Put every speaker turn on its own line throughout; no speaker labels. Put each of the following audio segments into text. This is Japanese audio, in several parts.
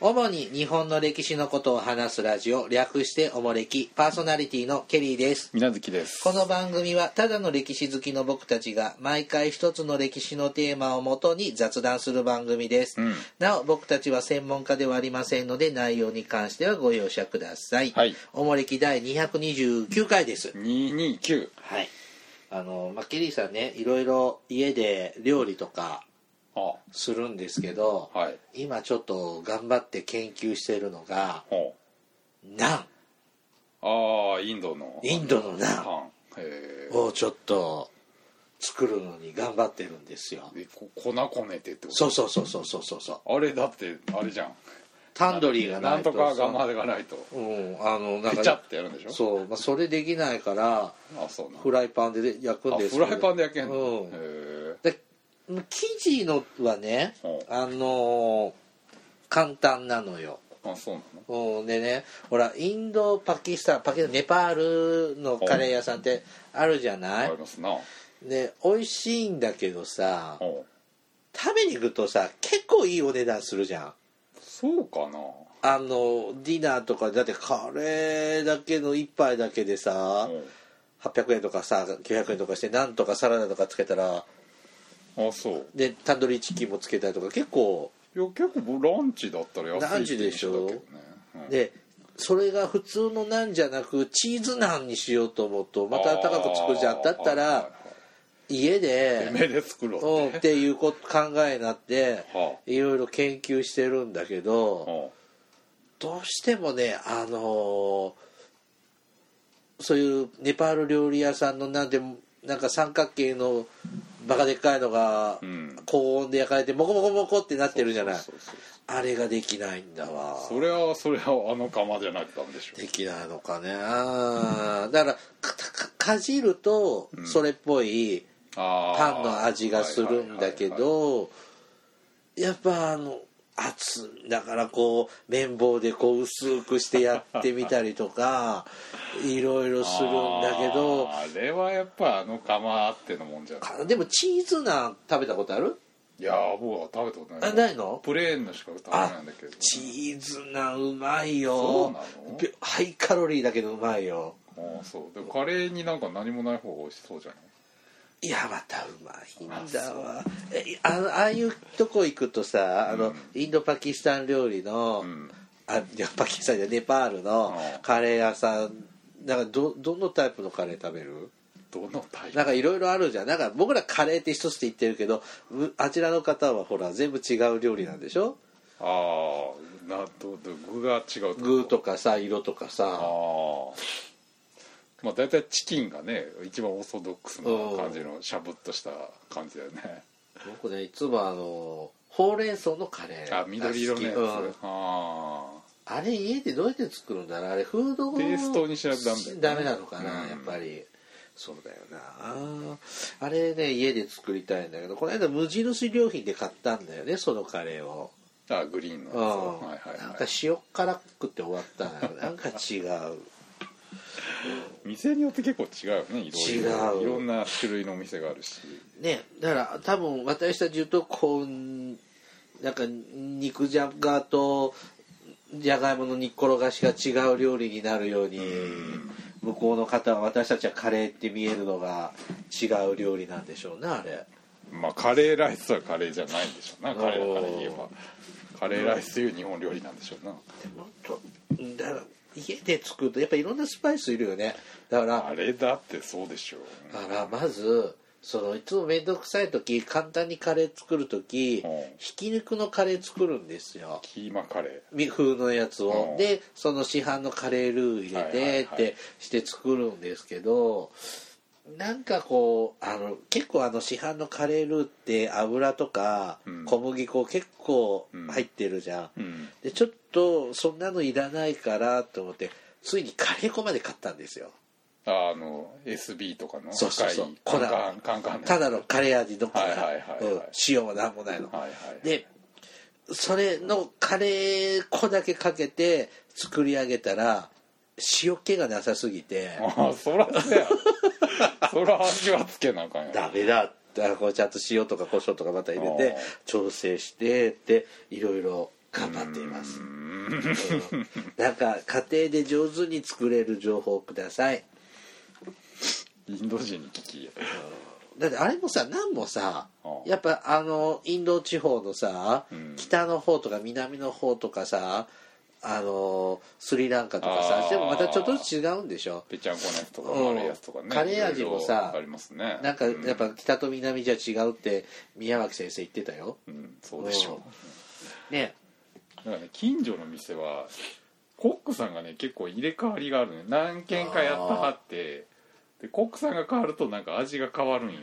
主に日本の歴史のことを話すラジオ略しておもれきパーソナリティのケリーです
水無月です
この番組はただの歴史好きの僕たちが毎回一つの歴史のテーマをもとに雑談する番組です、
うん
なお僕たちは専門家ではありませんので内容に関してはご容赦ください、
はい
おもれき第229回です
229
はいあの、まあ、ケリーさんねいろいろ家で料理とか
あ
するんですけど、
はい
今ちょっと頑張って研究してるのが
ほ
ナン
うああインドの
インドのナン
パンへ
をちょっと作るのに頑張ってるんですよ
えこ粉こねてってこと
そうそうそうそうそうそうそう
あれだってあれじゃん
タンドリーが
な
なんいと
とかがまでがないと
うんあのなん
ペチャ
か
ってやるんでしょ
そう、まあ、それできないから
あそうな
フライパンで焼くん
あ
です
フライパンで焼けんの、
うん
へえ
で生地のはね
うん
あのー簡単なのよ
あそうなの
うんでねほらインドパキスタンパキスタンネパールのカレー屋さんってあるじゃな
あ
い
りますな
で美味しいんだけどさ
ほう
食べに行くとさ結構いいお値段するじゃん
そうかな
あのディナーとかだってカレーだけの一杯だけでさ
ほ
800円とかさ900円とかしてなんとかサラダとかつけたら
うあそう
でタンドリーチキンもつけたりとか結構
いや結構ランチだったら安い
ランチでしょ
って印象だけどねうん
でそれが普通のナンじゃなくチーズナンにしようと思うとまた高くつくじゃんだった
はい
ら家 で
目で作ろ
うん
う
っ
って
ていうこ考えになって
はい
ろいろ研究してるんだけ
あ
ど
は
どうしてもねあのーそういうネパール料理屋さんのなんでなんか三角形のバカでっかいのが
うん
高温で焼かれてモコモコモコってなってるじゃない
そうそうそ
あれができないんだわ
うそれはそれはあの釜じゃなくたんでしょ
できないのかねあーだからかかかじるとそれっぽい
あー
パンの味がするんだけ
はいはいはいはい
どやっぱあの熱だからこう綿棒でこう薄くしてやってみたりとかいろいろするんだけど
あーあれはやっぱあの釜あってのもんじゃない
かでもチーズナン食べたことある
いやー僕は食べたことない
あないの
プレーンのしか食べないんだけど
チーズナンうまい
そう
よ
なの
びハイカロリーだけどうまいよ
あーそうでもカレーになんか何もない方が美味しそうじゃない
いやまたうまいんだわえあのああいうとこ行くとさあの、インドパキスタン料理の、
ん
あいやパキスタンじゃネパールの
うん
カレー屋さんなんかどどのタイプのカレー食べる
どのタイプ
なんかいろいろあるじゃんなんか僕らカレーって一つって言ってるけどうあちらの方はほら全部違う料理なんでしょ
ああなどど具が違うってこと
具とかさ色とか
あ
さ
あまあ大体チキンがね一番オーソドックスな感じのシャブっとした感じだよね
僕ねいつもあのほうれん草のカレーが
あ
好き
緑色のやつ、
うん
あ
あれ家でどうやって作るんだろうあれフード
ペーストにしなきゃダメだよね
ダメなのかな、
うん
やっぱりそうだよなあれね家で作りたいんだけどこの間無印良品で買ったんだよねそのカレーを、
ああグリーンの
う
やつ
ん
はいはい
なん
は
か
い
塩辛くて終わったんだよなんか違う
店によって結構違うよねいろいろ
違う
いろんな種類のお店があるし
ねだから多分私たち言うとこうなんか肉じゃがとじゃがいもの煮っころがしが違う料理になるように向こうの方は私たちはカレーって見えるのが違う料理なんでしょうなあれ
まあカレーライスはカレーじゃないんでしょうなカレーから言え
お
ばカレーライスという日本料理なんでしょうな
でもとだから家で作るとやっぱいろんなスパイスいるよねだから
あれだってそうでしょう
だからまずそのいつも面倒くさい時簡単にカレー作る時
うん
ひき肉のカレー作るんですよ
キーマカレ
風のやつを、
うん
でその市販のカレールー入れ
はいはい
て
はい
ってして作るんですけど、なんかこうあの結構あの市販のカレールーって油とか
うん
小麦粉結構入ってるじゃん、
ーうん
でちょっとそんなのいらないからと思ってついにカレー粉まで買ったんですよ
あの SB とかの
そうそうそう
赤いカンカンカンカンのやつ
ただのカレー味の粉、
はいはいはいはい
うん塩もなんもないの、
はいはい
でそれのカレー粉だけかけて作り上げたら塩気がなさすぎて
ああそ らそやそら味はつけなあかんや
ダメだってこうちゃんと塩とか胡椒とかまた入れて
あー
調整してっていろいろ頑張っています
う、
うんん、なんか家庭で上手に作れる情報をください
インド人に聞き
だってあれもさ何もさ
ああ
やっぱあのインド地方のさ、
うん
北の方とか南の方とかさあのスリランカとか
あ
さ
あ
でもまたちょっとずつ違うんでしょ
ぺちゃんこのやつとかもあるやつとかね、
うんカレー味もさ
いろいろありますね
なんかやっぱ北と南じゃ違うって宮脇先生言ってたよ
うん、うんそうでしょ
ね
うだからね近所の店はコックさんがね結構入れ替わりがあるね何軒かやったはってでコックさんが変わるとなんか味が変わるんよ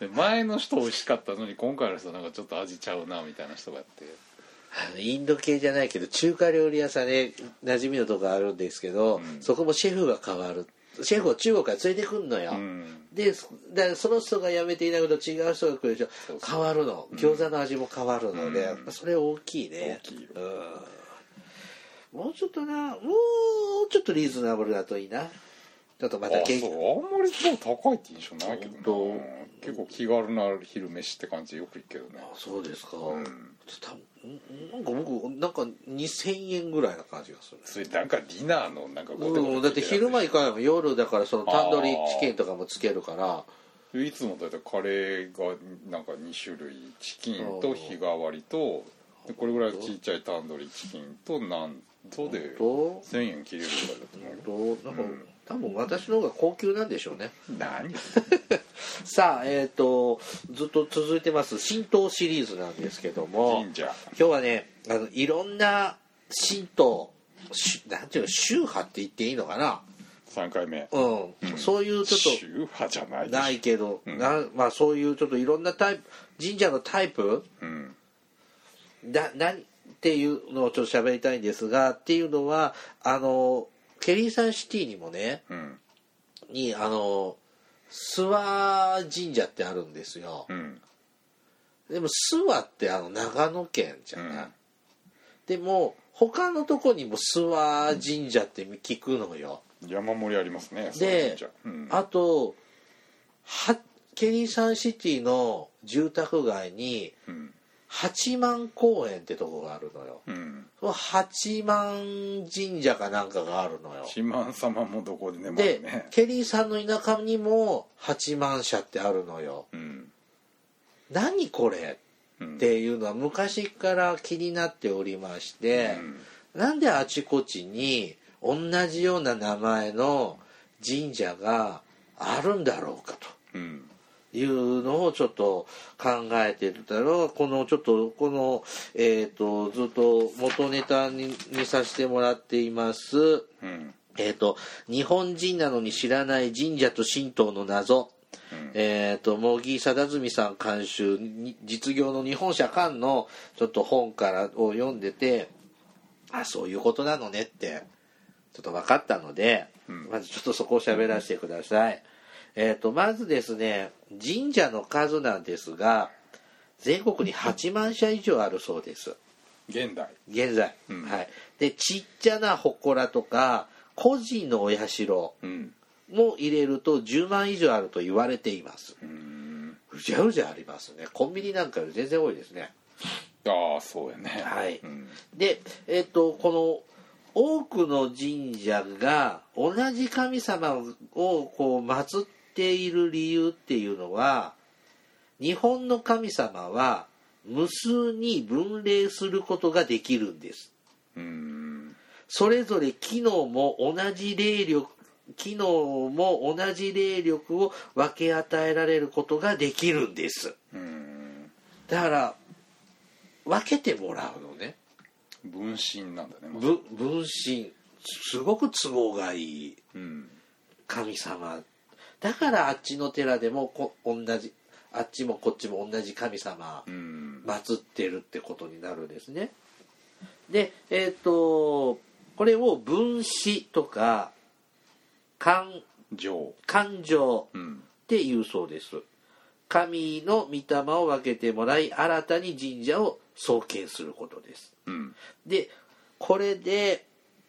で前の人美味しかったのに今回の人なんかちょっと味ちゃうなみたいな人がやって
あのインド系じゃないけど中華料理屋さんで馴染みのとこあるんですけど、
うん
そこもシェフが変わるシェフを中国から連れてくんのよ、
うん
でそだからその人が辞めていなくと違う人が来るでしょ
そうそう
変わるの餃子の味も変わるので、
うん
やっぱそれ大きいね
大きいよ
うんもうちょっとなもうちょっとリーズナブルだといいなちょっとまた
あ
ケー
そ
キ
うあんまりそう高いって印象ないけどな
本
結構気軽な昼飯って感じでよく行くけどね
あそうですか、
ん
多分んなんか僕なんか2000円ぐらいな感じがする
それなんかディナーのなんかゴテゴテ
うん、だって昼間行かないもん夜だからそのタンドリーチキンとかもつけるから
いつもだいたいカレーがなんか2種類チキンと日替わりとでこれぐらいのちっちゃいタンドリーチキンとなんとで
と
1000円切れるぐらいだと思うよ
どうなんか、
うん
多分私の方が高級なんでしょうね
何
さあえっ、とずっと続いてます神道シリーズなんですけども
神社
今日はねあのいろんな神道しなんていうの宗派って言っていいのかな、
3回目
うんそういうちょっ
宗派じゃない
と
でしょ
ないけど、
うん
なまあ、そういうちょっといろんなタイプ神社のタイプ
うん
だ何っていうのをちょっと喋りたいんですがっていうのはあのケリーサンシティにもね
うん
にあの諏訪神社ってあるんですよ
うん
でも諏訪ってあの長野県じゃない、
うん
でも他のとこにも諏訪神社って聞くのよ、
山盛りありますね
で
そういう神社うん
あとはケリーサンシティの住宅街に
うん
八幡公園ってとこがあるのよ
うん
その八幡神社かなんかがあるのよ
四万様もどこでねま
で、
あね
ケリーさんの田舎にも八幡社ってあるのよ
うん
何これ
うん
っていうのは昔から気になっておりまし
う
て、
ん
なんであちこちに同じような名前の神社があるんだろうかと
うん
いうのをちょっと考えてたらこのちょっとこの、えー、とずっと元ネタににさせてもらっています。
うん
えー、と日本人なのに知らない神社と神道の謎、
うん
えー、と茂木貞純さん監修に実業の日本社館のちょっと本からを読んでてあそういうことなのねってちょっと分かったので、
うん
まずちょっとそこを喋らせてください、えー、とまずですね神社の数なんですが全国に8万社以上あるそうです
現代
現在、
うん
はいでちっちゃな祠とか個人のお社
うん
も入れると10万以上あると言われています
うん
うじゃうじゃありますねコンビニなんかより全然多いですね
ああそうやね
はい
うん
でえっ、とこの多くの神社が同じ神様をこう祀っている理由っていうのは日本の神様は無数に分類することができるんです
うん
それぞれ機能も同じ霊力機能も同じ霊力を分け与えられることができるんです
うん
だから分けてもらうのね
分身なんだねまず
ぶ分身すごく都合がいい
うん
神様だからあっちの寺でもこ同じあっちもこっちも同じ神様
うん
祀ってるってことになるんですね。でえっ、とこれを分子とか感
情
感情
うん
っていうそうです。神の御霊を分けてもらい新たに神社を創建することです。
うん
でこれで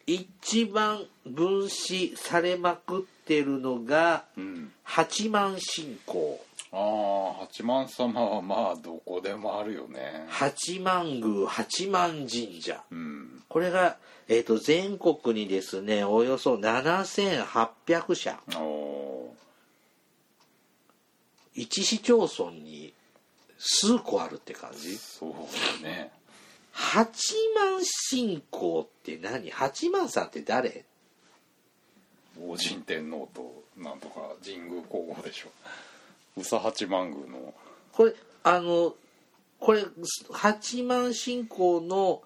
一番分子されまくってるのが
うん
八幡信仰。
あああ八幡様はまあどこでもあるよね
八幡宮八幡神社
うん
これが、えー、と全国にですねおよそ7800社
おお
一市町村に数個あるって感じ
ーそうだね
八幡信仰って何八幡さんって誰
王神天皇となんとか神宮皇后でしょ宇佐八幡宮の
これあのこれ八幡信仰の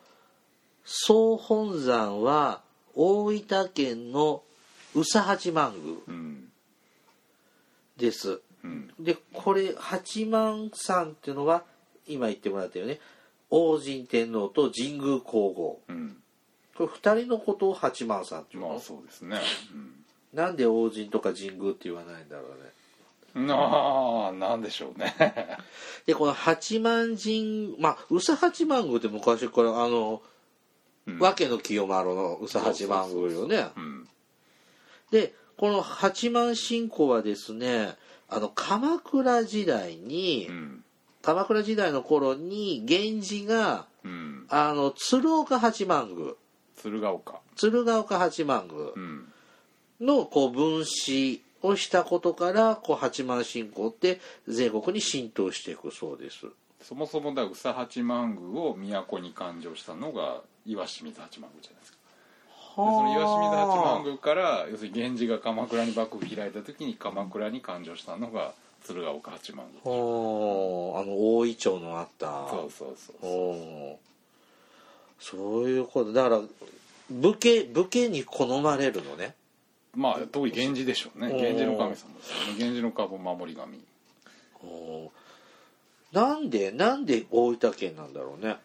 総本山は大分県の宇佐八幡宮
うん
です
うん
でこれ八幡山っていうのは今言ってもらったよね王神天皇と神宮皇
うん
后これ二人のことを八幡山っていうの、
まあそうですね、
なんで王神とか神宮って言わないんだろうね
うん、ああなんでしょうね
でこの八幡神まあ宇佐八幡宮って昔これあの、
うん
和家の清丸の宇佐八幡宮よね
うん
でこの八幡信仰はですねあの鎌倉時代に、
うん
鎌倉時代の頃に源氏が
うん
あの鶴岡八幡宮
鶴岡
鶴岡八幡宮
うん
のこう分子をしたことからこう八幡信仰って全国に浸透していくそうです
そもそもだ宇佐八幡宮を都に勘定したのが岩清水八幡宮じゃないですかでその岩清水八幡宮から要するに源氏が鎌倉に幕府開いた時に鎌倉に勘定したのが鶴岡八幡宮
おーあの大井町のあった
そうそうそうそう
おーそういうことだから武家武家に好まれるのね
まあ遠い源氏でしょうね
おー
源氏の神様ですよね源氏の株守り神
おーなんでなんで大分県なんだろうね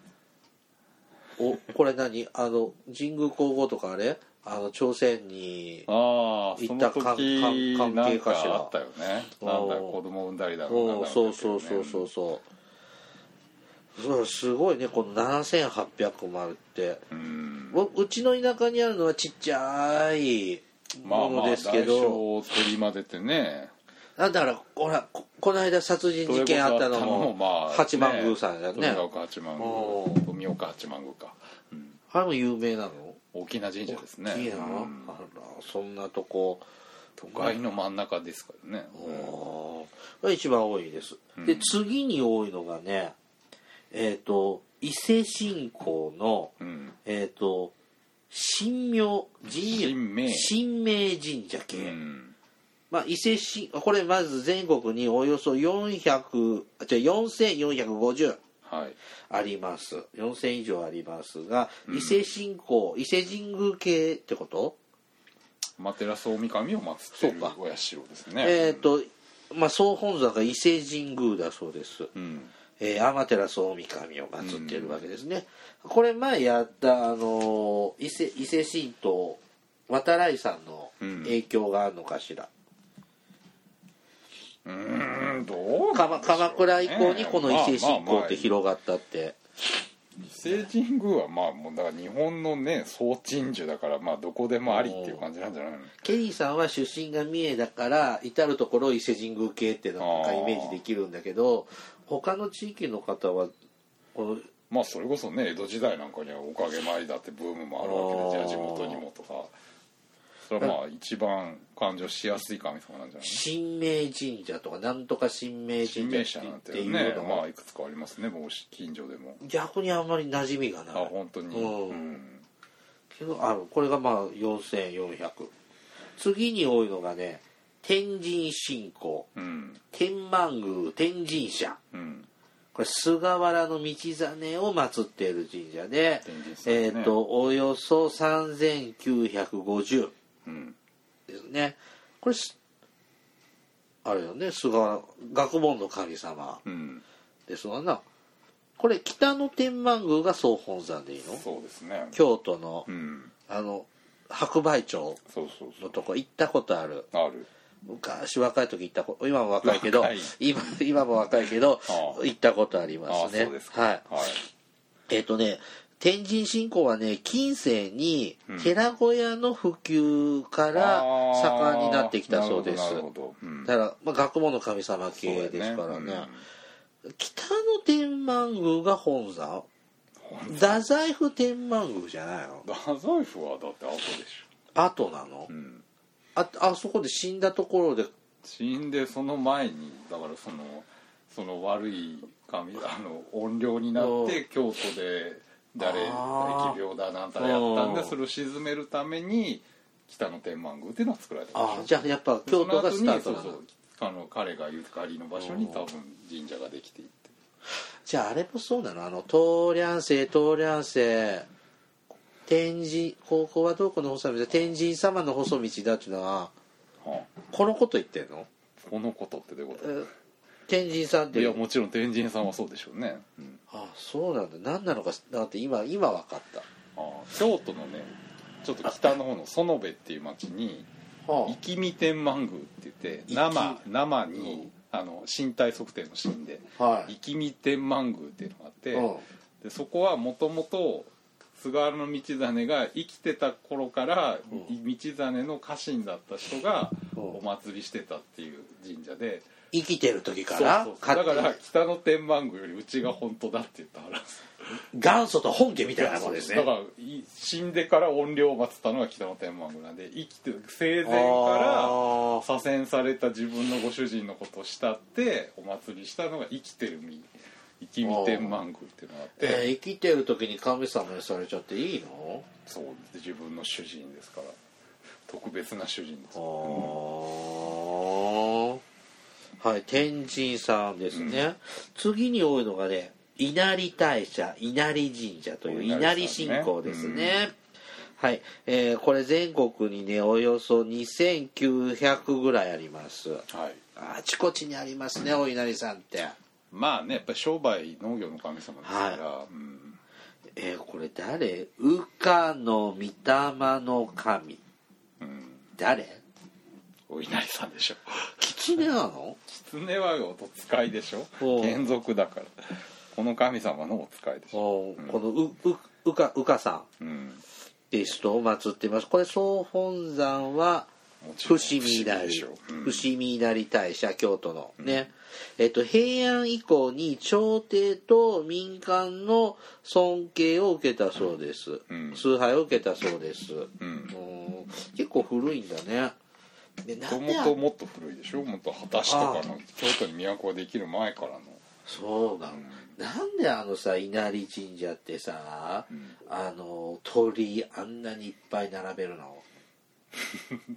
おこれ何あの神宮皇后とかあれあの朝鮮に
ああそ
行っ
の
た関
時
関
なん
関係か
か
しら
あったよね
お
なん
ー
だ子供産んだりだろ
お
う
ー
な
そうそうそうそうそうそうすごいねこの7800もあるって
ううん
ううちの田舎にあるのはちっちゃい
まあ
も
ま
の
あ
で
大
すけど、
小を取り混ぜてね
あだからほらここの間殺人事件あったのも八幡宮さんだよね
富岡八幡
お
宮
ー
富岡八幡宮か
あれも有名なの
大きな神社ですね
いいな、
うん
あらそんなとこ
都会の真ん中ですからね
おーが一番多いです、で次に多いのがねえっ、と伊勢信仰の
うん
えっ、と神明神明
神
神明神社系、
うん
まあ、伊勢神これまず全国におよそ400あ違う4450
はい
あります4000以上ありますが、伊勢信仰伊勢神宮系ってこと、
マテラス大神を祀っている
そうか
お社ですね
えっ、と、まあ、総本山が伊勢神宮だそうです、
うん
えー、天照大神を祀っているわけですね、これ前やった、あのー伊勢伊勢神道渡来さんの影響があるのかしら、
うーんどうな
鎌
んでしょうね
鎌倉以降にこの伊勢信仰って広がったって、
伊勢神宮はまあもうだから日本のね総鎮守だからまあどこでもありっていう感じなんじゃないの
ケリーさんは出身が三重だから至る所伊勢神宮系ってなんかイメージできるんだけど他の地域の方はこの
まあそれこそね江戸時代なんかにはおかげ参りだってブームもあるわけで
あー
じゃあ地元にもとかそれはまあ一番感情しやすい神様なんじゃない
神明神社とかなんとか神明
神
神
明
社
社なん
ってていう
ね
の
ま
が
あいくつかありますねもう近所でも
逆にあんまり馴染みが
あ
ない
本当に
うん
うん
けどあるこれがまあ4400次に多いのがね天神信仰
うん
天満宮天神社
うん
これ菅原の道真を祀っている神社で、
天神さんね
えっ、とおよそ3950
うん
ですねこれすあれよね菅原学問の神様
うん
ですわなこれ北の天満宮が総本山でいいの
そうですね
京都の
うん
あの白梅町
そうそうそ
の
う
とこ行ったことある
ある
昔若い時行ったこと今も若いけど
若い
今今も若いけど
ああ
行ったことありま
あ
すね
そうですか
はい
はい
えっ、とね天神信仰はね近世に
うん
寺小屋の普及から盛んになってきたそうです
なるほどなるほどうん
だから、まあ、学問の神様
そうだ
系
よ
ですからね
うん
北の天満宮が本山
本
太宰府天満宮じゃないの
当太宰府はだって後でし
後なの
ょ、うん、
ああそこで死んだところで
死んでその前にだからそのその悪い神あの怨霊になっ
う
て京都で誰
あー
疫病だなんたらやったん
う
で
ん
それを沈めるために北の天満宮っていうのは作られたんでし
あ
ょ
あじゃあやっぱ京都がスタートなの
その後にそうそうあの彼がゆかりの場所に多分神社ができていって
じゃああれもそうなのあの東梁生東梁生天神ここはどこの細道だ天神様の細道だっていうのは
はあ
このこと言ってんの
このことってどういうこ
え天神さんっ
と
て
い
い
や
う
もちろん天神さんはそうでしょうね、うん
あそうなんだ何なのかなんて今今分かった
ああ京都のねちょっと北の方の園部っていう町に
は
生き見天満宮って言って
生
生生に、
うん
あの身体測定のシーンで
あは
生き見天満宮っていうのがあって、
うん
でそこはもともと菅原道真が生きてた頃から、
うん
道真の家臣だった人が
うん
お祭りしてたっていう神社で、
生きてる時から
そうそう
勝
だ
手
か
に
ら北の天満宮よりうちが本当だって言った話
元祖と本家みたいなもんです
だ
ね
からい死んでから怨霊を祀ったのが北の天満宮なんで生きてる生前
あ
か
ー
ら左遷された自分のご主人のことを慕ってお祭りしたのが生きてる身生き見天満宮っていうのがあって、
えー生きてる時に神様にされちゃっていいの
そう自分の主人ですから特別な主人です、
はあはい天神さんですね、次に多いのがね稲荷大社稲荷神社という
稲荷
稲
さんね
荷信仰ですねはい、えーこれ全国にねおよそ2900ぐらいあります
はい
あちこちにありますねお稲荷さんって、
まあねやっぱり商売農業の神様ですから、うん
えーこれ誰羽化の御霊の神
うん
誰
お稲荷さんでしょ
狐なの
狐はお使いでしょ
おう
眷属だからこの神様のお使いでしょ、
おこのうううかうかさん
うん、
っていう人を祀っていますこれ総本山は
もちろん
伏見稲
伏見で
荷
しょうん
伏見稲荷大社京都のね、えっと平安以降に朝廷と民間の尊敬を受けたそうです、
うん
崇拝を受けたそうです、
うん
うん結構古いんだねでな
もと
んで
も
あ
ともっと古いでしょもっと畑師とかの京都に都ができる前からの
そうなの、なんであのさ稲荷神社ってさ、あの鳥居あんなにいっぱい並べるの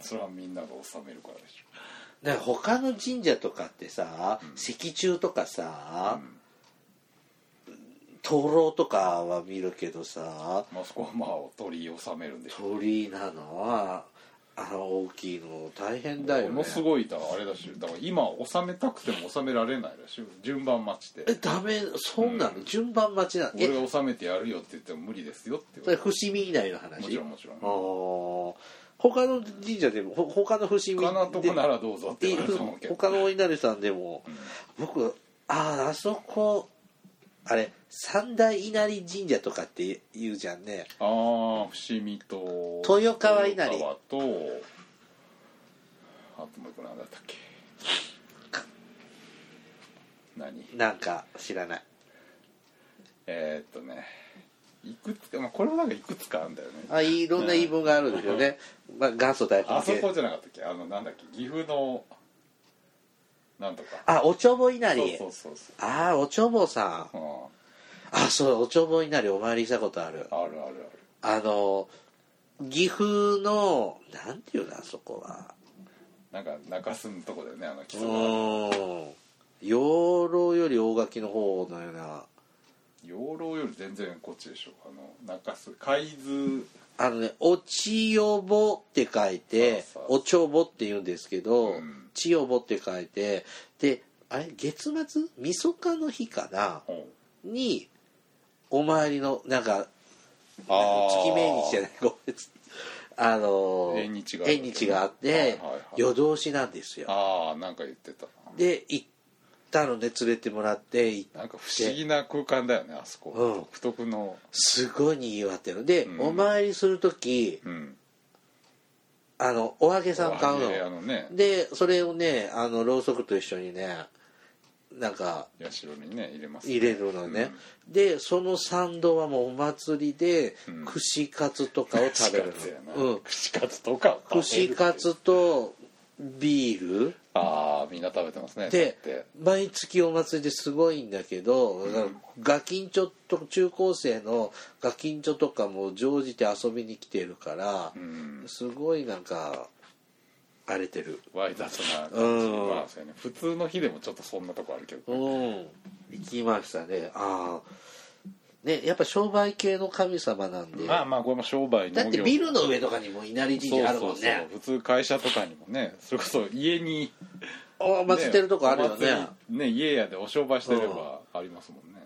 それはみんなが納めるからでしょ
だから他の神社とかってさ石柱とかさ、灯籠とかは見るけどさ
まあそこはまあ鳥居を納めるんでしょ
鳥居なのはあの大きいの大変だよね
ものすごいだあれだしだから今納めたくても納められないらしい順番待ちで
えダメそんなの、順番待ちなのえ
俺が納めてやるよって言っても無理ですよって
それ伏見稲荷の話
もちろんもちろん
あー他の神社でもほ他の伏見
他のとこならどうぞって
で
言われると思うけど
他のお稲荷さんでも、僕あああそこあれ三大稲荷神社とかって言うじゃんね
ああ伏見と
豊川稲荷
豊川とあともう一個何だったっけ何
なんか知らない
えー、っとねいくつか、まあ、これもなんかいくつかあるんだよね
あいろんな言い分があるんですよね、まあ、元祖大
あ
本
そ
家
こじゃなかったっけあのなんだっけ岐阜のなんとか
あおちょぼ稲荷
そうそうそうそ
ああおちょぼさん
う、うん
あそうおちょぼ稲荷お参りしたことある
あるあるある
あの岐阜のなんていうのあそこは
なんか中洲のとこだよねあの基
う
礎が
ーん養老より大垣の方のような
養老より全然こっちでしょあの中洲海津
あのね「おちよぼ」って書いて
そう
「
そう
おちょぼ」って言うんですけど
うん
「ちよぼ」って書いてであれ月末みそかの日かな
ほ
にお参りのなんか
うあ
月命日じゃ
な
ないごめんあの
縁日がある
縁日があっ
はい
て
はいはい
夜通しなんですよ
あーなんか言ってた
で行っったので連れてもらって行っ
なんか不思議な空間だよねあそこ、
うん
独特の
すごいにぎわってるで、
うん
お参りする時
うん
あのお揚げさん買う
お揚げあ
の
のね
でそれをねあのろうそくと一緒にねなんか
社にね入れます
入れるのね、でその参道はもうお祭りで
うん
串カツとかを食べる
串カツやな
の、うん、
串カツとかを食べる
串カツとビール
ああみんな食べてますね
で
だって
毎月お祭りですごいんだけど、ガキンチョと中高生のガキンチョとかも常時て遊びに来てるから
う、ん
すごいなんか荒れてる
わい雑な感じ
うん
まあそうやね普通の日でもちょっとそんなとこあるけど
うん行きましたねああねやっぱ商売系の神様なんで、
まあまあこれも商売
だっ
農
て
業
ビルの上とかにも稲荷神社あるもんね
そうそうそう普通会社とかにもねそれこそ家に
お祭ってるとこあるよね
お祭りね家やでお商売してればありますもんね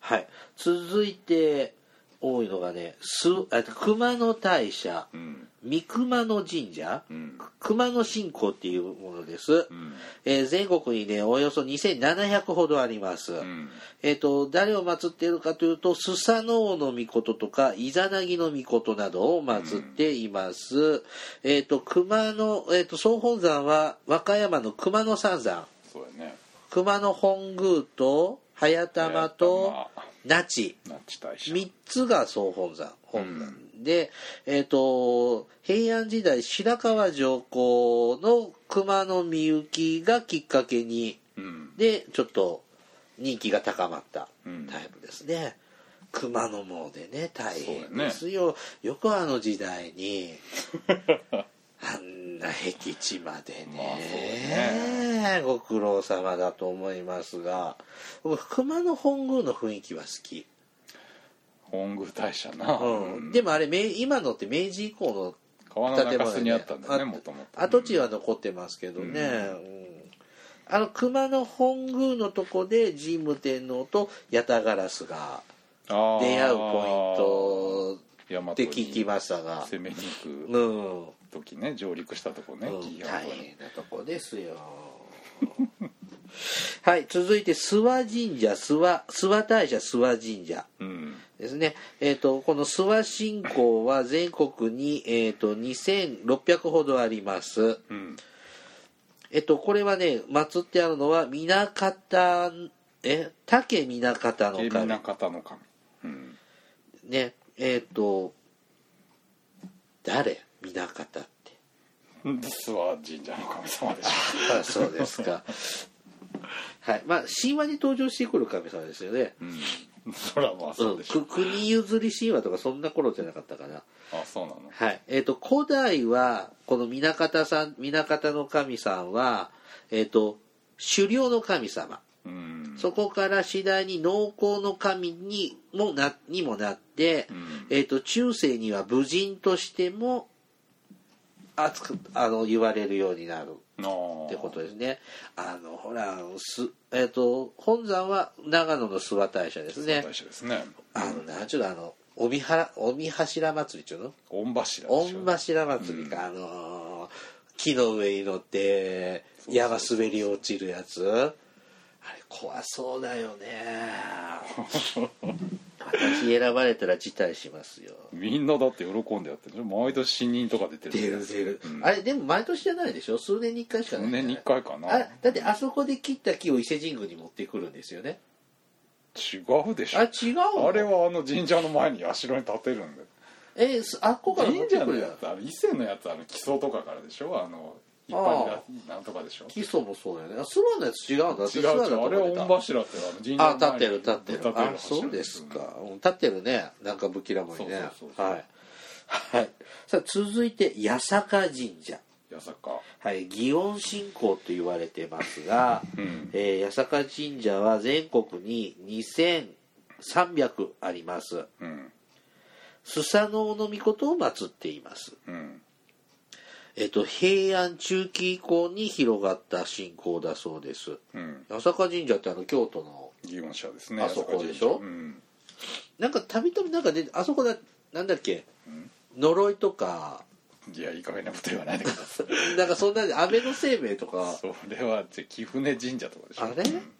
はい続いて多いのがねすあ熊野大社
うん
三熊野神社、
うん
熊野信仰っていうものです、
うん
えー全国にねおよそ2700ほどあります、
うん
えっ、と誰を祀っているかというとスサノオノミコトとかイザナギノミコトなどを祀っています、えっ、と熊野、えっと総本山は和歌山の熊野三山
そうやね
熊野本宮と早玉と
まあ
那智
那智大社
3つが総本山本山、で、えっと平安時代白河上皇の熊野みゆきがきっかけに
うん
でちょっと人気が高まった
うん
タイプですね、熊野詣でね大変
そうだね
ですよ、よくあの時代 にあんな僻地まで
まあ
ね,、ご苦労様だと思いますが僕熊野本宮の雰囲気は好き、
本宮大社な
うん
うん
でもあれ明今のって明治以降の
川の
建
中
物
州
で
にあったんだよね
あ
もともと
跡地は残ってますけどね、うんあの熊野本宮のとこで神武天皇と八田ガラスが出会うポ
イン
イントって聞き
ま
ましたが
攻めに
う
行く
ん、
時ね上陸したとこね
うん
紀伊半
大
島に
変なとこですよ はい続いて諏訪神社諏訪諏訪大社諏訪神社
うん
ですね、えー、とこの諏訪信仰は全国に、えー、と2600ほどあります
うん
えっと、これはね、祀ってあるのは、南方、え、竹南方の
警備な
神。
方の神うん
ね、えっと、誰南方って。
諏訪神社の神 様でし
あそうですか。はい。まあ、神話に登場してくる神様ですよね。、
ょうんそらまあそううんでしょ
く国譲り神話とかそんな頃じゃなかったかな。
あそうなの
はい。えっ、と、古代は、この南方さん、南方の神さんは、えっ、と、狩猟の神様。
うん
そこから次第に農耕の神にもなにもなって、
うん
えー、と中世には武人としても扱あの言われるようになる
あー
ってことですね。あのほらす、えー、と本山は長野の諏訪大社です
諏
ね
訪。大社ですね
あのなんちゅうのあの御御は御御柱祭りっていうの
御柱でしょ
御柱祭りか、あのー木の上に乗って山滑り落ちるやつあれ怖そうだ よね私選ばれたら辞退しますよ
みんなだって喜んでやってるでしょ毎年新任とか出てる
出る出る、
うん
あれでも毎年じゃないでしょ数年に1回しかない
数年に1回かな
あだってあそこで切った木を伊勢神宮に持ってくるんですよね
違うでし
あ
ょ
違うの
あれはあの神社の前に社に建てるんだよ
えすあっこから持っ
神
て
社
く
の
る
や
やつ
つあの伊勢のやつあの基礎とかからでしょあの一般にななんとかでしょ
基礎もそうだよねあ諏訪のやつ違うんだ
違う
私諏訪だ
違
と
う
思って
あれ
た
は御柱ってあの神社
あ
の前に
立ってる立ってる
立
あ
柱
そうですか、うん立ってるねなんかぶきらもにね
そうそうそうそう
はい、はい、さあ続いて八坂神社
八坂
はい祇園信仰と言われてますが、
うん
えー八坂神社は全国に2300あります
うん
スサノオノミコトを祀っています
うん
えっと平安中期以降に広がった信仰だそうです
うん
八坂神社ってあの京都の
祇園社ですね
あそこ
八坂神社
でしょ
うん
なんかたびたびなんか出てあそこだなんだっけ
ん
呪いとか
いやいい加減なこと言わないでください
なんかそんな安倍の生命とか
それはじゃあ貴船神社とかでしょ
あれ
うん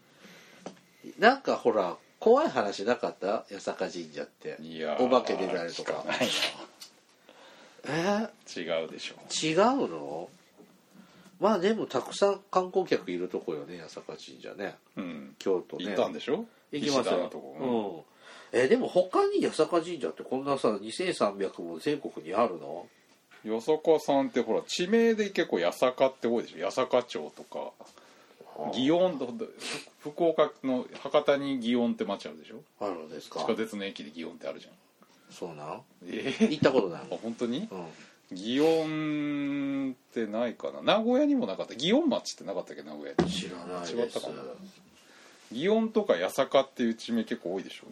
なんかほら怖い話なかった八坂神社って
いやー
お化け出たりとか
聞ない
え
な違うでしょ
ー違うのまあでもたくさん観光客いるとこよね八坂神社ね
う、うん、
京都ね
行ったんでしょ
行きました
石
よ
段のとこ、
うんえでも他に八坂神社ってこんなさ2300も全国にあるの
うん、八坂さんってほら地名で結構八坂って多いでしょ八坂町とか祇園と福岡の博多に祇園って町あるでしょ
あるんですか
地下鉄の駅で祇園ってあるじゃん
そうなん
ええ
行ったこと ない
あ本当に
うん
祇園ってないかな名古屋にもなかった祇園町ってなかったっけ名古屋に
知らないです
違ったかな祇園とか八坂っていう地名結構多いでしょ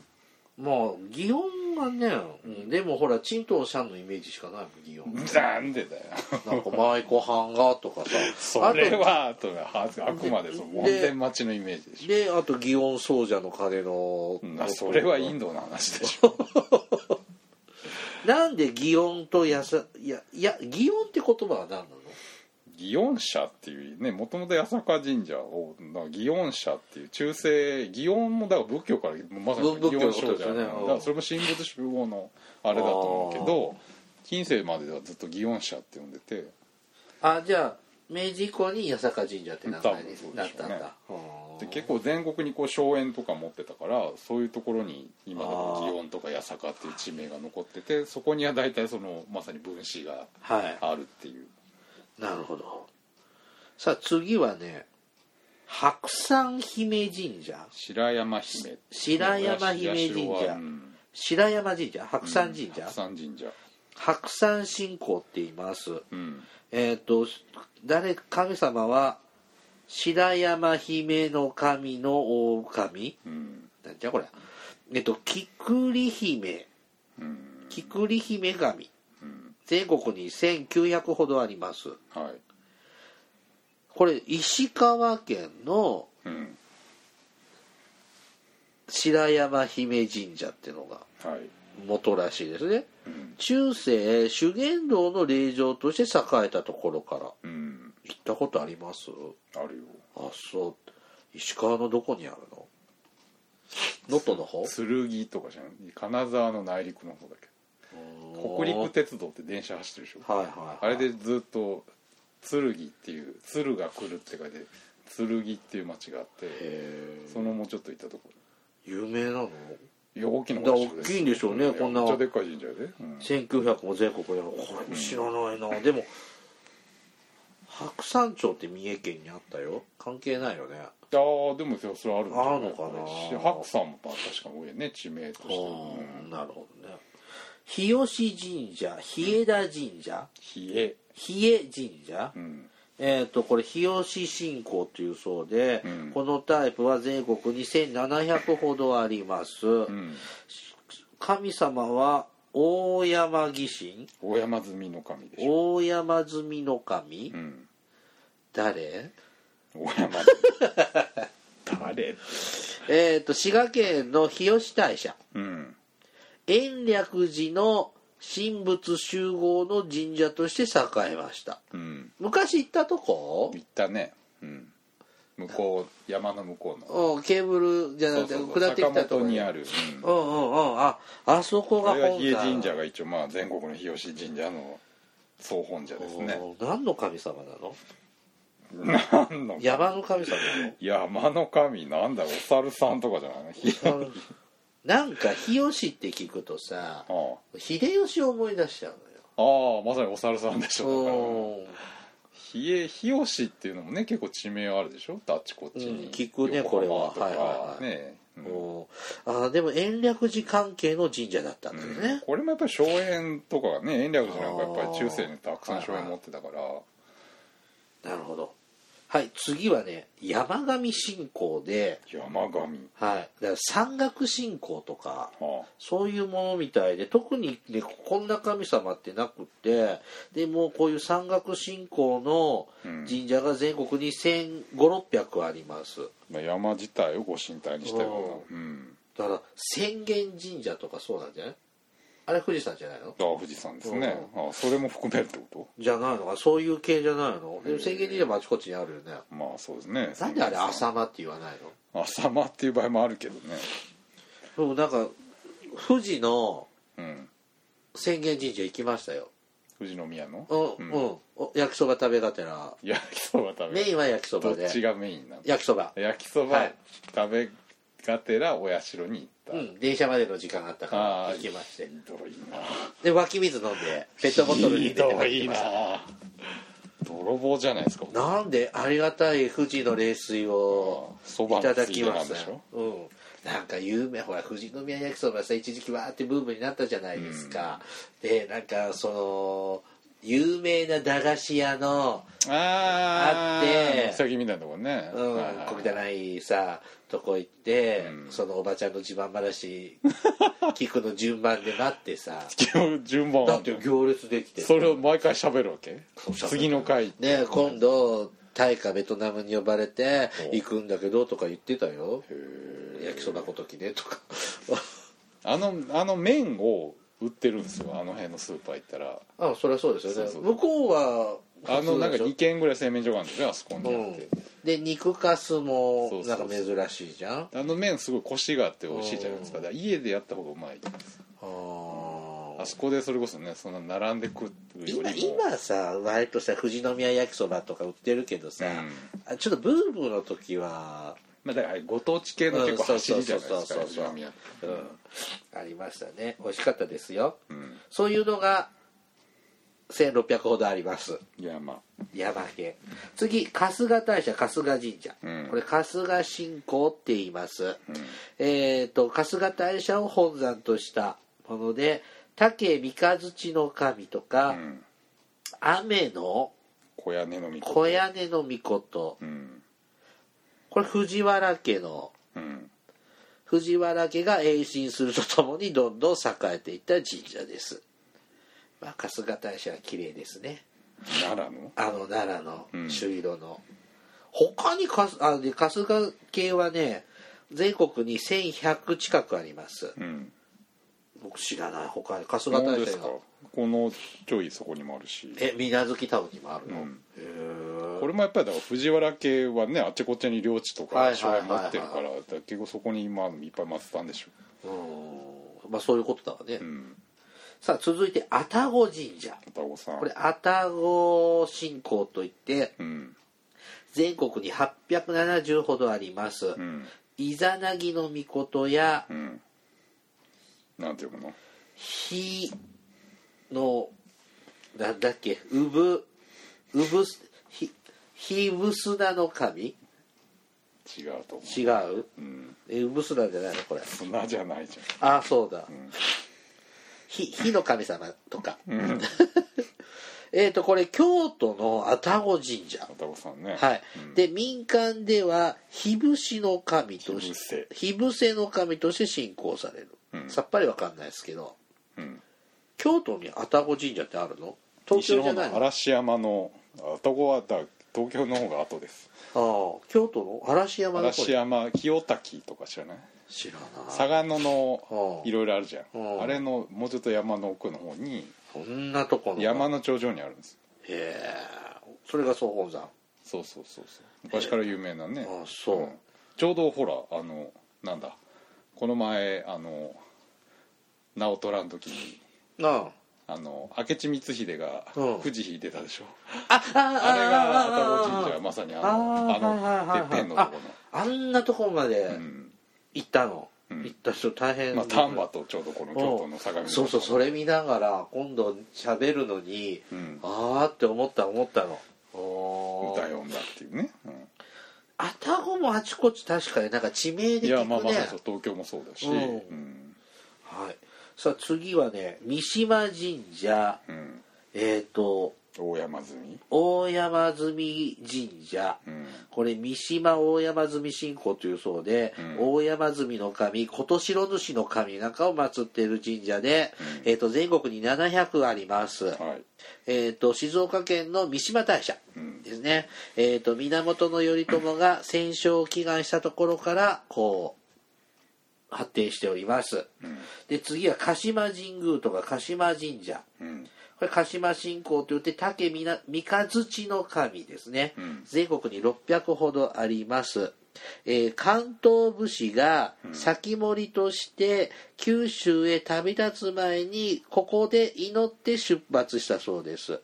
まあ祇園がね、うんでもほらチンとシャンのイメージしかないもん祇園
なんでだよ
なんか舞妓版がとかさ
それ
あ
はあとはああくまでその門前町のイメージで
と
し
であと祇園僧者の鐘の、
ょ、うんあそれはインドの話でしょ
なんで祇園とやさいやいや祇園って言葉は何なの
祇園社っていうねもともと八坂神社をな祇園社っていう中世祇園もだから仏教からまさに
仏
祇
教の
園
ことで
商
す
社
よね
だからそれも神仏集合のあれだと思うけど近世までではずっと祇園社って呼んでて
あじゃあ明治以降に八坂神社って名前に
多分そうでしょうね
なったんだ、
で結構全国にこう荘園とか持ってたからそういうところに今でも祇園とか八坂っていう地名が残っててそこには大体そのまさに分子が
はい
あるっていう
なるほどさあ次はね白山姫神社
白山姫
白山姫神社
うん
白山神社白山神社、
白山神社
白山信仰って言います
うん
えっ、と誰神様は白山姫の神の大神
うん
なんじゃこれえっ、と菊栗姫
うん
菊栗姫神
うん
全国に1900ほどあります
はい
これ石川県の
うん
白山姫神社ってのが
はい
元らしいですね
うん
中世修験道の霊場として栄えたところから行
うん
ったことあります
あるよ
あそう石川のどこにあるの能登の方
剣とかじゃない金沢の内陸の方だけど北陸鉄道って電車走ってるでしょ
はいはい、
あれでずっと剣っていう鶴が来るって書いて剣っていう町があって
へー
そのもうちょっと行ったとこ
有名なの
ろいや大きな
だ大きいんでしょうね
や
こんな
めっちゃでっかい神社やで、うん
1900も全国でこれ知らないな、でも白山町って三重県にあったよ関係ないよね
ああでもそれそれあるんじゃい
あるのかな
し白山も確か上ね地名として、
うんなるほどね日吉神社日枝神社
冷え
日枝神社、
うん
えー、とこれ日吉信仰というそうで、
うん
このタイプは全国に1700ほどあります、
うん
神様は大山義神
大山積みの神でしょ、
大山積みの神、
うん、
誰
大山積み誰
えー、と滋賀県の日吉大社
うん
延暦寺の神仏集合の神社として栄えました
うん
昔行ったとこ
行ったねうん向こう山の向こうの
うんケーブルじゃなくて
そうそうそう
下ってきたと
坂
こ
本に
に
ある、うん
うんうんうんああそこが
これは
本
日枝
体
神社が一応まあ全国の日吉神社の総本社ですね
おー何の神様なの
何の
山の神様なの
山の神なんだお猿さんとかじゃないのひ
あの なんか日吉って聞くとさ
ああ
秀吉を思い出しちゃう
ああまさにお猿さんでし
の
ょだから
よ
日枝日吉っていうのもね結構地名あるでしょあっちこっちに、
うん聞くね
横浜
ことれは
か
はいはいはい
ね
う
うんん
おーあーでも延暦寺関係の神社だったんだよね、
これもやっぱり荘園とかがね延暦寺なんかやっぱり中世にたくさん荘園持ってたから、
なるほどはい次はね山上信仰で、
山神
はい、だから山岳信仰とか
あ
そういうものみたいで特にねこんな神様ってなくってでもうこういう山岳信仰の神社が全国に1500600あります
あ山自体をご神体にしたような、うん、
だから浅間神社とかそうなんじゃないあれ富士山じゃないの
あ富士山ですね、あそれも含めるってこ
じゃないのかそういう系じゃないのでも宣言神社もあちこちにあるよね
とまあそうですね
なんであれ浅間って言わないの
浅間っていう場合もあるけどね
でもなんか富士の
うん
宣言神社行きましたよ
富士宮の
うん、うんお焼きそば食べがてら
焼きそば食べ
メインは焼きそば
どっ
で
ちがメインなの
焼きそば
焼きそ
は
ば
い
食べがてらお社に行った、
うん電車までの時間があったから
あー
行きまして
ひどいな
で湧き水飲んでペットボトルに入れ
ひ
て
ど
帰って
い
きま
な
した
泥棒じゃないですか
なんでありがたい富士の冷水を
そ
い
ば
た
の
だ
つい
き
で
ま
なん
す
でしょ
うん、なんか有名ほら富士宮焼きそばさ一時期わーってブームになったじゃないですか、でなんかその有名な駄菓子屋の、
あ
あ
あ
って
岬みたいなとこね
うん
はいはい
小汚いさとこ行って、
うん
そのおばちゃんの自慢話聞くの順番で待って さ
今日 順番は
だって行列できて
それを毎回喋るわけ
そう喋る
次の回
ね今度タイかベトナムに呼ばれて
お
行くんだけどとか言ってたよ焼きそばごときねと か
あのあの麺を売ってるんですよあの辺のスーパー行ったら
あそりゃそうですよね
そうそう
向こうは
あのなん
普
か
通で
2
し
軒ぐらい製麺所があるんですよあそこに
ょう
あっ
ん
て、
で肉かすも
そうそ
な
うん
か
そう
珍しいじゃんあ
あの麺すごいコシがあって美味しいじゃないですかだから家でやった方がうまい
ー
あそこでそれこそねそんな並んで食うよりも
今今さ割とさ富士宮焼きそばとか売ってるけどさ、あちょっとブームの時は、
まあ、だからあれご当地系の結構走りじゃないですか
うんそうそうそうそう
宇都宮って
うん、ありましたね美味しかったですよ
うん
そういうのが1600ほどあります
いやまあ
山系次春日大社春日神社、
うん
これ春日信仰って言います、えっ、と春日大社を本山としたもので竹三日月の神とか、
うん
雨の
小屋根のみ
小屋根の御事
うん
これ藤原家の
うん
藤原家が栄進するとともにどんどん栄えていった神社です、まあ、春日大社は綺麗ですね
奈良の
あの奈良の
うん
朱色の、他にかすあで春日系はね全国に1100近くあります
うん
僕知らない他に春日
本当
大
です
社
か
が
このちょいそこにもあるし
え水無月タウンにもあるの、
うん
へー
これもやっぱりだから藤原系はねあっちこっちに領地と
は
か
い
所
はいはい
有
はい
持ってるからだから結構そこに今いっぱい待ってたんでしょ
うんまあそういうことだわね、
ううん
さあ続いて愛宕神社
片岡さん
これ愛宕信仰といって
うん
全国に870ほどあります、
うん
イザナギの御事や
うんなんていうの
火のなんだっけ産産すひ火ぶすなの神
違うと思
違う
ううん
え産すなじゃないのこれ
砂じゃないじ
ああそうだ、
ん
火火の神様とか
ゃんうん
えっ、とこれ京都の愛宕神社
片岡さんね
はい、
うん
で民間では火伏しの神と
火伏
して
せ
火伏せの神として信仰される、
うん
さっぱりわかんないですけど
うん
京都に愛宕神社ってあるの東京じゃない
西の
の
方の嵐山のあとこはだ東京の方が後です
ああ京都の嵐山の
嵐
方
山清滝とか知らない
知らない
嵯峨野の
ああ
いろいろあるじゃ
ああ
んあれのもうちょっと山の奥の方に
そんなとこの
山
へ
の頂上にあるんですよ
えそれが総本山
そうそうそうそう昔から有名なね
ああそう
ちょうどほらあのなんだこの前あの直虎の時に
なあ
あの明智光秀が
うん
富士引いてたでしょ
あああ
あれが愛
あ
宕神
あ
社まさにあ
あ
のあ
はいはいはいはい
のてっぺんのとこ
あんなとこま
ろ
で
うん
行ったの、
うん
行った人大変
まあ、丹波とちょうどこの京都の相模
そうそうそれ見ながら今度喋るのに、
うん
ああって思った思ったのお
歌よんだっていうね、うん
あたごもあちこち確かになんか地名で
い
聞
や
くね
まあまあそう東京もそうだし、
う
うんん
はい、さあ次はね三島神社
うん
えっ、と
大山積み、
大山積神社
うん
これ三島大山積信仰というそうで、
うん
大山積の神琴城主の神なんかを祀っている神社で、えー、と全国に700あります、
はい、
えー、と静岡県の三島大社
うん
ですね、えー、と源頼朝が戦勝を祈願したところからこ発展しております
うん
で次は鹿島神宮とか鹿島神社
うん
これ鹿島信仰といって竹みな三日月の神ですね、
うん
全国に600ほどあります、えー関東武士が先盛りとして九州へ旅立つ前にここで祈って出発したそうです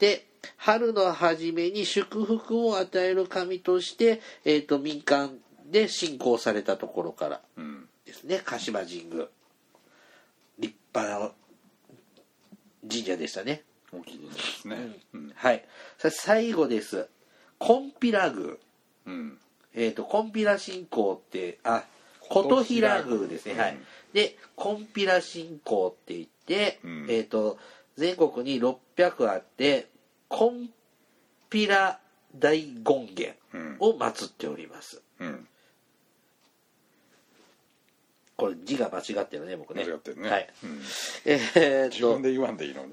で春の初めに祝福を与える神として、えー、と民間で信仰されたところから
うん
ですね鹿島神宮立派な神社でしたね
大きいですねうん
はいさあ最後ですコンピラ宮
うん
えー、とコンピラ信仰ってあ琴平宮ですね、
うん
はいでコンピラ信仰って言って、
うん
えー、と全国に600あってコンピラ大権現
うん
を祀っております
うん
これ字が間違ってるね僕ね
間違ってるね、
はい
うん
えー、
自分
と
で言わんでいいのに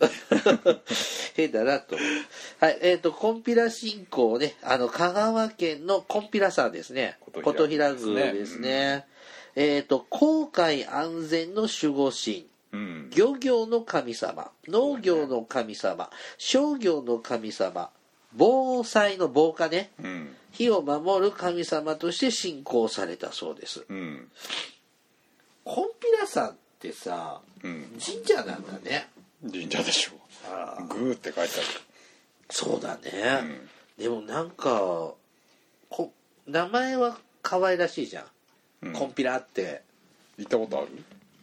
変だなと思う はいえー、とコンピラ信仰ねあの香川県のコンピラさんですね
琴
琴
平
平
宮
宮
で
ですす
ね
ね、えっ、と航海安全の守護神
うん
漁業の神様農業の神様商業の神様防災の防火ね
うん
火を守る神様として信仰されたそうです
うん
コンピラさんってさ
うん
神社なんだね
神社でしょ
あ
うグーって書いて
そうだね、
ある、うん、
でもなんかこ名前は可愛らしいじゃん、
うん
コンピラって
行ったことある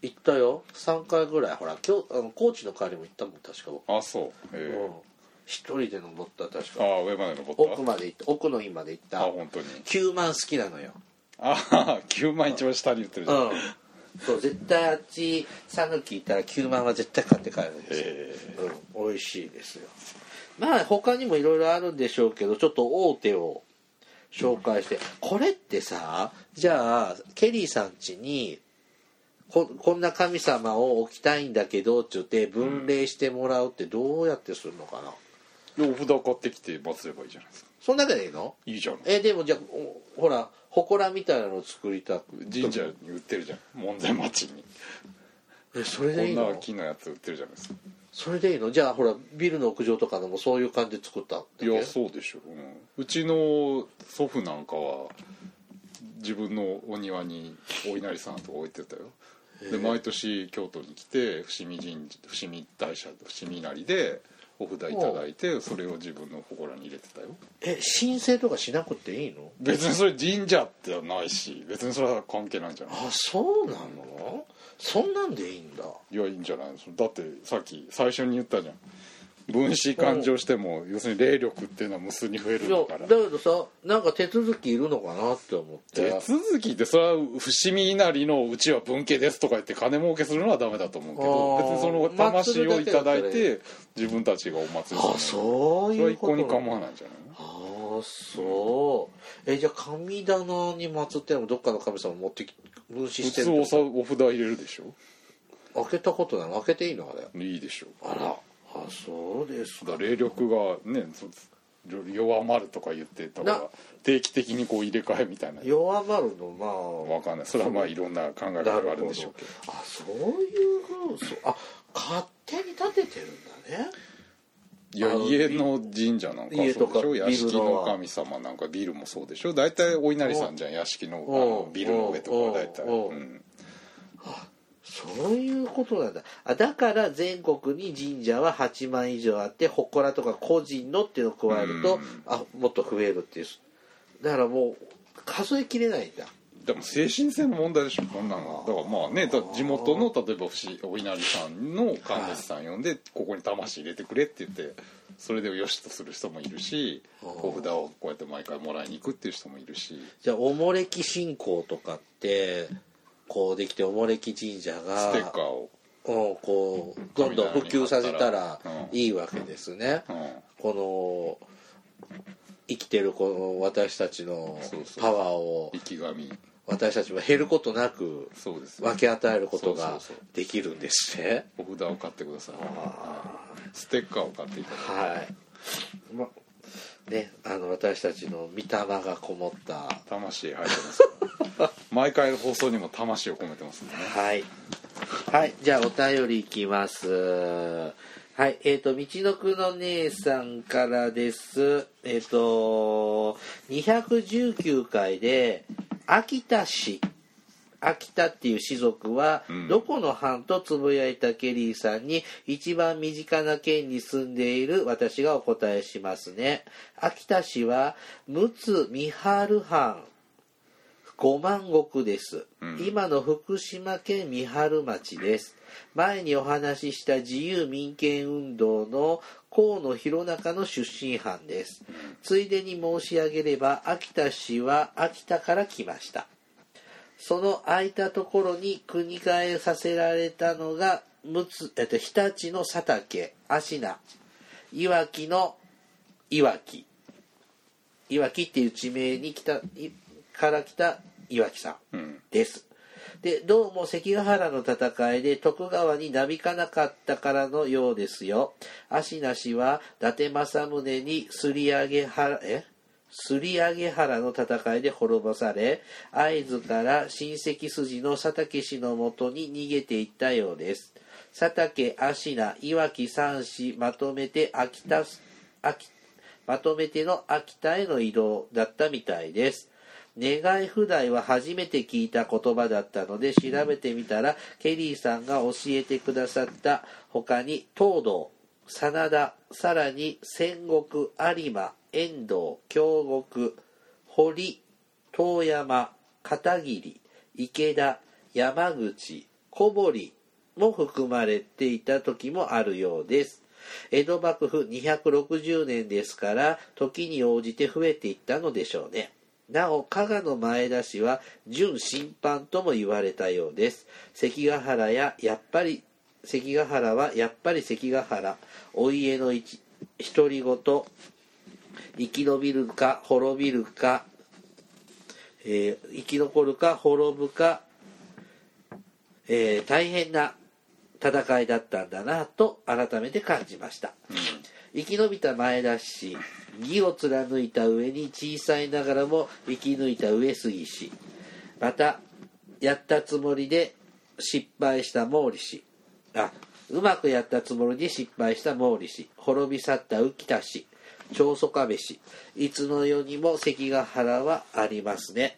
行ったよ3回ぐらいほら今日あの高知の帰りも行ったもん確か僕、
あそう
う
へ
ん
え
一人で登った確か
ああ上まで登っ
奥まで行った奥の院まで行った
あ
た
本当に
9万好きなのよ
ああ9万一番下に言って
う
るじゃんへ
んそう絶対あっち讃岐行ったら9万は絶対買って帰るんですよ、
え
うん、美味しいですよまあ他にもいろいろあるんでしょうけどちょっと大手を紹介してこれってさじゃあケリーさん家にここんな神様を置きたいんだけどっつって分類してもらうってどうやってするのかな、
でお札買ってきて祭ればいいじゃないですか
そんなわけでいいの
いいじゃん
えでもじゃあおほら祠みたいなの作りたく
神社に売ってるじゃん門前町に
えそれ
こ
でいい
んな
の
木のやつ売ってるじゃないですか
それでいいのじゃあほらビルの屋上とかのもそういう感じで作ったんだっけ
いやそうでしょう、うんうちの祖父なんかは自分のお庭にお稲荷さんとか置いてたよで毎年京都に来て伏見神社伏見大社伏見稲荷でお札いただいてそれを自分の祠に入れてたよ
え申請とかしなくていいの
別にそれ神社ってはないし別にそれは関係ないんじゃない
あそうなのそんなんでいいんだ
いやいいんじゃないそのだってさっき最初に言ったじゃん分子勘定しても要するに霊力っていうのは無数に増える
いや
ん
だ
だか
け
ら
どさなんか手続きいるのかなって思って
手続きってそれは伏見稲荷のうちは文系ですとか言って金儲けするのはダメだと思うけど
あー
別にその魂をいただ
祭るだけ
い
だ
て自分たちがお祭
あ
りするの
そう
それは
いう
一
こ
向
と
に構わ
い
ないんじゃないの
あそうえじゃあ神棚に祀ってるのもどっかの神様持ってき分子
普
して
通
る
おさお札入れるでしょ
開けたことなの開けていいのあれ
いいでしょ
あらあそうです
だ
か
から霊力がねそう弱まるとか言ってたか
な
ら定期的にこう入れ替えみたいな
弱まるのまあ
わかんないそれはまあいろんな考え方があるんでしょうけど
あそういうことそうあ勝手に建ててるんだね
いや
あの
家の神社なんかは
家
そ
と
う
か
でしょ屋敷
ビルの
の
は
神様なんかビルもそうでしょ大体お稲荷さんじゃん屋敷のあの
うん
ビルの上とかは大体、
うん
うん
そういうことなんだあだから全国に神社は8万以上あって祠とか個人のっていうのを加えると、
うん
あもっと増えるっていうだからもう数えきれないんだ
でも精神性の問題でしょこんなのだからまあねだ地元の例えば伏お稲荷さんの神主さん呼んでここに魂入れてくれって言ってそれでよしとする人もいるし
あー
お札をこうやって毎回もらいに行くっていう人もいるし
じゃあおもれき信仰とかってこうできておもれき神社
ス
が
テッカーを、
うん、こうどんどん普及させたら
うん
いいわけですね、
うん
この生きてるこの私たちの
そうそう
パワーを
生き神
私たちは減ることなく
そうですよ
分け与えること
そ
が
うそうそう
できるんですね。
お札を買ってくださいステッカーを買っていただいて
はい。まね、あの私たちの御霊がこもった
魂入ってますから毎回の放送にも魂を込めてますんでね
はい。はい、じゃあお便りいきます。はい、えっ、と、みちのくの姉さんからです。えっ、と、219回で、秋田市、秋田っていう氏族は、
うん
どこの藩とつぶやいたケリーさんに、一番身近な県に住んでいる私がお答えしますね。秋田市は、陸奥三春藩五万石です、
うん
今の福島県三春町です前にお話しした自由民権運動の河野弘中の出身藩ですついでに申し上げれば秋田市は秋田から来ましたその空いたところに国替えさせられたのがむつ、えっと、日立の佐竹芦名いわきのいわきいわきっていう地名に来たいから来たいわきさん
うん
です。でどうも関ヶ原の戦いで徳川になびかなかったからのようですよ芦名氏は伊達政宗にすり上げ原えすり上げ原の戦いで滅ぼされ会津から親戚筋の佐竹氏のもとに逃げていったようです佐竹芦名いわき三氏まとめて秋田秋まとめての秋田への移動だったみたいです願い不代は初めて聞いた言葉だったので調べてみたらケリーさんが教えてくださった他に東堂真田さらに戦国有馬遠藤京極堀遠山片桐池田山口小堀も含まれていた時もあるようです江戸幕府260年ですから時に応じて増えていったのでしょうねなお加賀の前田氏は準審判とも言われたようです関ヶ原ややっぱり関ヶ原はやっぱり関ヶ原お家の一独り言生き延びるか滅びるか、えー生き残るか滅ぶか、えー大変な戦いだったんだなと改めて感じました生き延びた前田氏義を貫いた上に小さいながらも生き抜いた上杉氏またやったつもりで失敗した毛利氏あうまくやったつもりで失敗した毛利氏滅び去った浮田氏長宗我部氏いつの世にも関ヶ原はありますね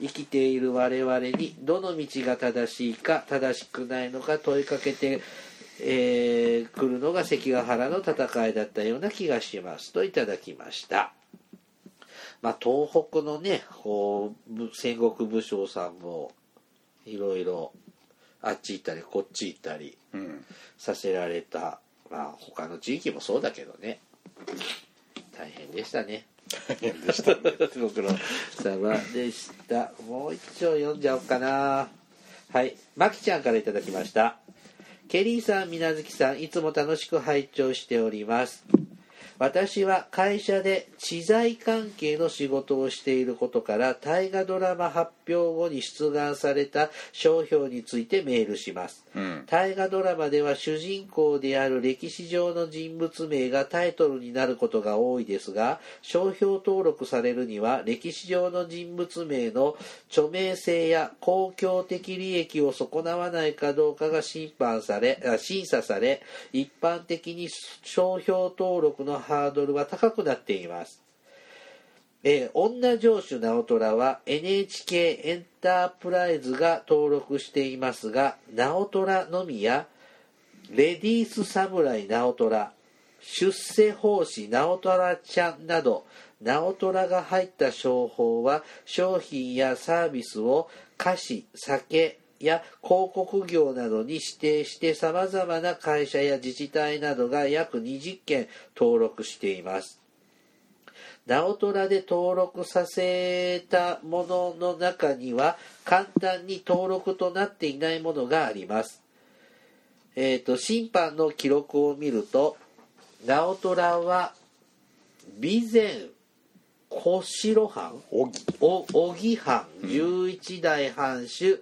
生きている我々にどの道が正しいか正しくないのか問いかけて、えー、くるのが関ヶ原の戦いだったような気がしますといただきました。まあ、東北のねこうぶ戦国武将さんもいろいろあっち行ったりこっち行ったり
うん
させられた、まあ、他の地域もそうだけどね大変でしたね
大変でしたね
ご苦労様でした。もう一丁読んじゃおうかな。はい。まきちゃんからいただきました。ケリーさん、みなずきさん、いつも楽しく拝聴しております。私は会社で知財関係の仕事をしていることから大河ドラマ発表後に出願された商標についてメールします、
うん
大河ドラマでは主人公である歴史上の人物名がタイトルになることが多いですが商標登録されるには歴史上の人物名の著名性や公共的利益を損なわないかどうかが審判されあ審査され一般的に商標登録のハードルは高くなっていますえー女城主直虎は NHK エンタープライズが登録していますが直虎のみやレディース侍直虎出世奉仕直虎ちゃんなど直虎が入った商法は商品やサービスを菓子酒や広告業などに指定してさまざまな会社や自治体などが約20件登録していますナオトラで登録させたものの中には簡単に登録となっていないものがあります。えっ、と、審判の記録を見ると、ナオトラは、備前小城藩
おぎ
お小木藩11代藩主、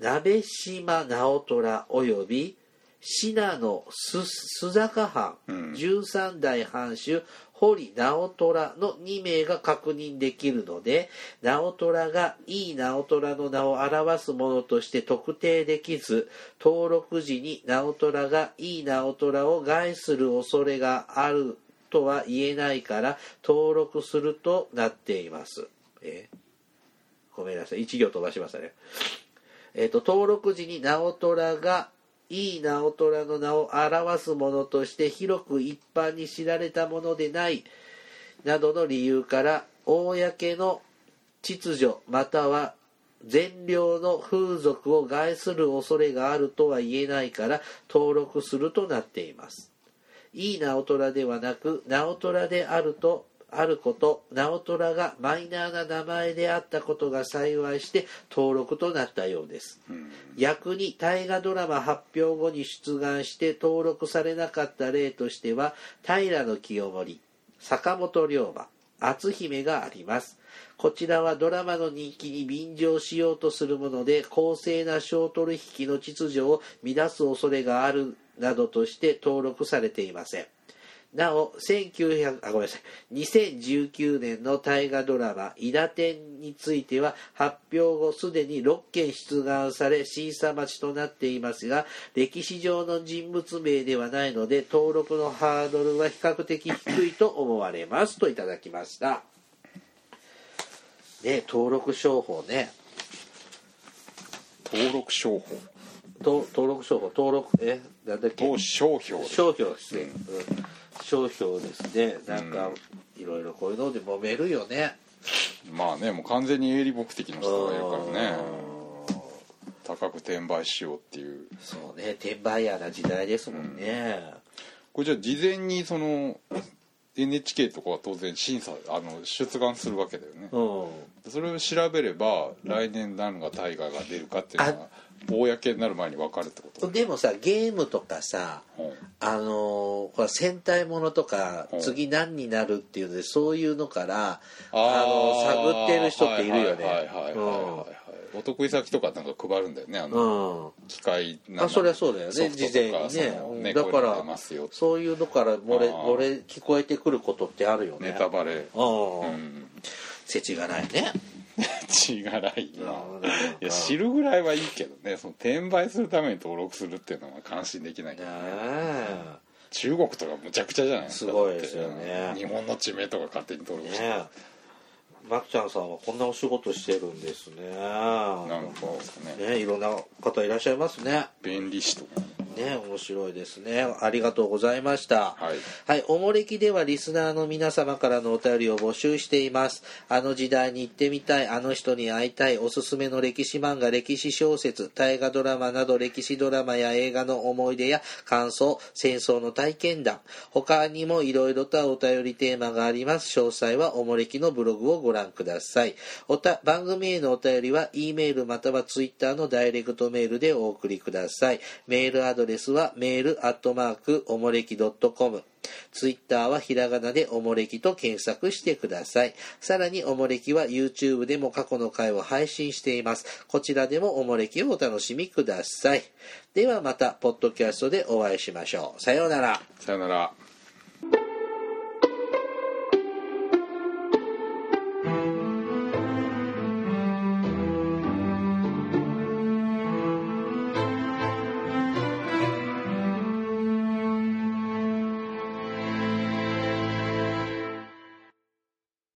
鍋島直虎および信濃須須坂藩、
うん
13代藩主堀直虎の2名が確認できるので直虎がいい直虎の名を表すものとして特定できず登録時に直虎がいい直虎を害する恐れがあるとは言えないから登録するとなっています。えごめんなさい1行飛ばしましたね。えー、と登録時に直虎がいい直虎の名を表すものとして広く一般に知られたものでないなどの理由から公の秩序または善良の風俗を害する恐れがあるとは言えないから登録するとなっています。いい直虎ではなく直虎であるとあること直虎がマイナーな名前であったことが幸いして登録となったようです
うん
逆に大河ドラマ発表後に出願して登録されなかった例としては平清盛坂本龍馬篤姫がありますこちらはドラマの人気に便乗しようとするもので公正な商取引の秩序を乱す恐れがあるなどとして登録されていませんなお、1900あごめんなさい2019年の大河ドラマ「伊達天」については発表後すでに6件出願され審査待ちとなっていますが歴史上の人物名ではないので登録のハードルは比較的低いと思われますといただきました。ね、登録商法ね
登録商法
と登録商法登録えなんだっけ
と商標です
商標ですね、うん商標ですねなんかいろいろこういうので揉めるよね
まあねもう完全に営利目的の人がいるからね
うん
高く転売しようっていう
そうね転売屋な時代ですもんね、
これじゃあ事前にその NHK とかは当然審査あの出願するわけだよね
うん
それを調べれば来年何が大河が出るかっていうのが公になる前に分かるってこと
でもさゲームとかさ
うん
あのーほら戦隊ものとか
うん
次何になるっていうのでそういうのからあ
ー
の探ってる人っているよ
はいはい
ね
はいはいはいはいお得意先とかなんか配るんだよねあ
う
の
ん、うん
機械なんか
あそりゃそうだよ
ソ
ね
フ
事
ト
前
とか
にね
その
うん
ね
だか
こういうの出
ら
ますよ
そういうのから漏れ
あー
漏れ聞こえてくることってあるよね
ネタバレ
う
うんん
世知がないね
違がないな
うんなんか
いや知るぐらいはいいけどねその転売するために登録するっていうのは感心できないけ
ね
ど
え
中国とかむちゃくちゃじゃないですか
すごいですよね
だって日本の地名とか勝手に登録して、
ねえマクちゃんさんはこんなお仕事してるんですね
なんかですかね
ねいろんな方いらっしゃいますね
便利士とか
ね面白いですねありがとうございました
はい
はい、おもれきではリスナーの皆様からのお便りを募集していますあの時代に行ってみたいあの人に会いたいおすすめの歴史漫画歴史小説大河ドラマなど歴史ドラマや映画の思い出や感想戦争の体験談他にもいろいろとお便りテーマがあります詳細はおもれきのブログをご覧くださいおた番組へのお便りは E メールまたは Twitter のダイレクトメールでお送りくださいメールアドレスはメールアットマークおもれき .com ツイッターはひらがなでおもれきと検索してください。さらにおもれきは YouTube でも過去の回を配信しています。こちらでもおもれきをお楽しみください。ではまた、ポッドキャストでお会いしましょう。さようなら。
さよなら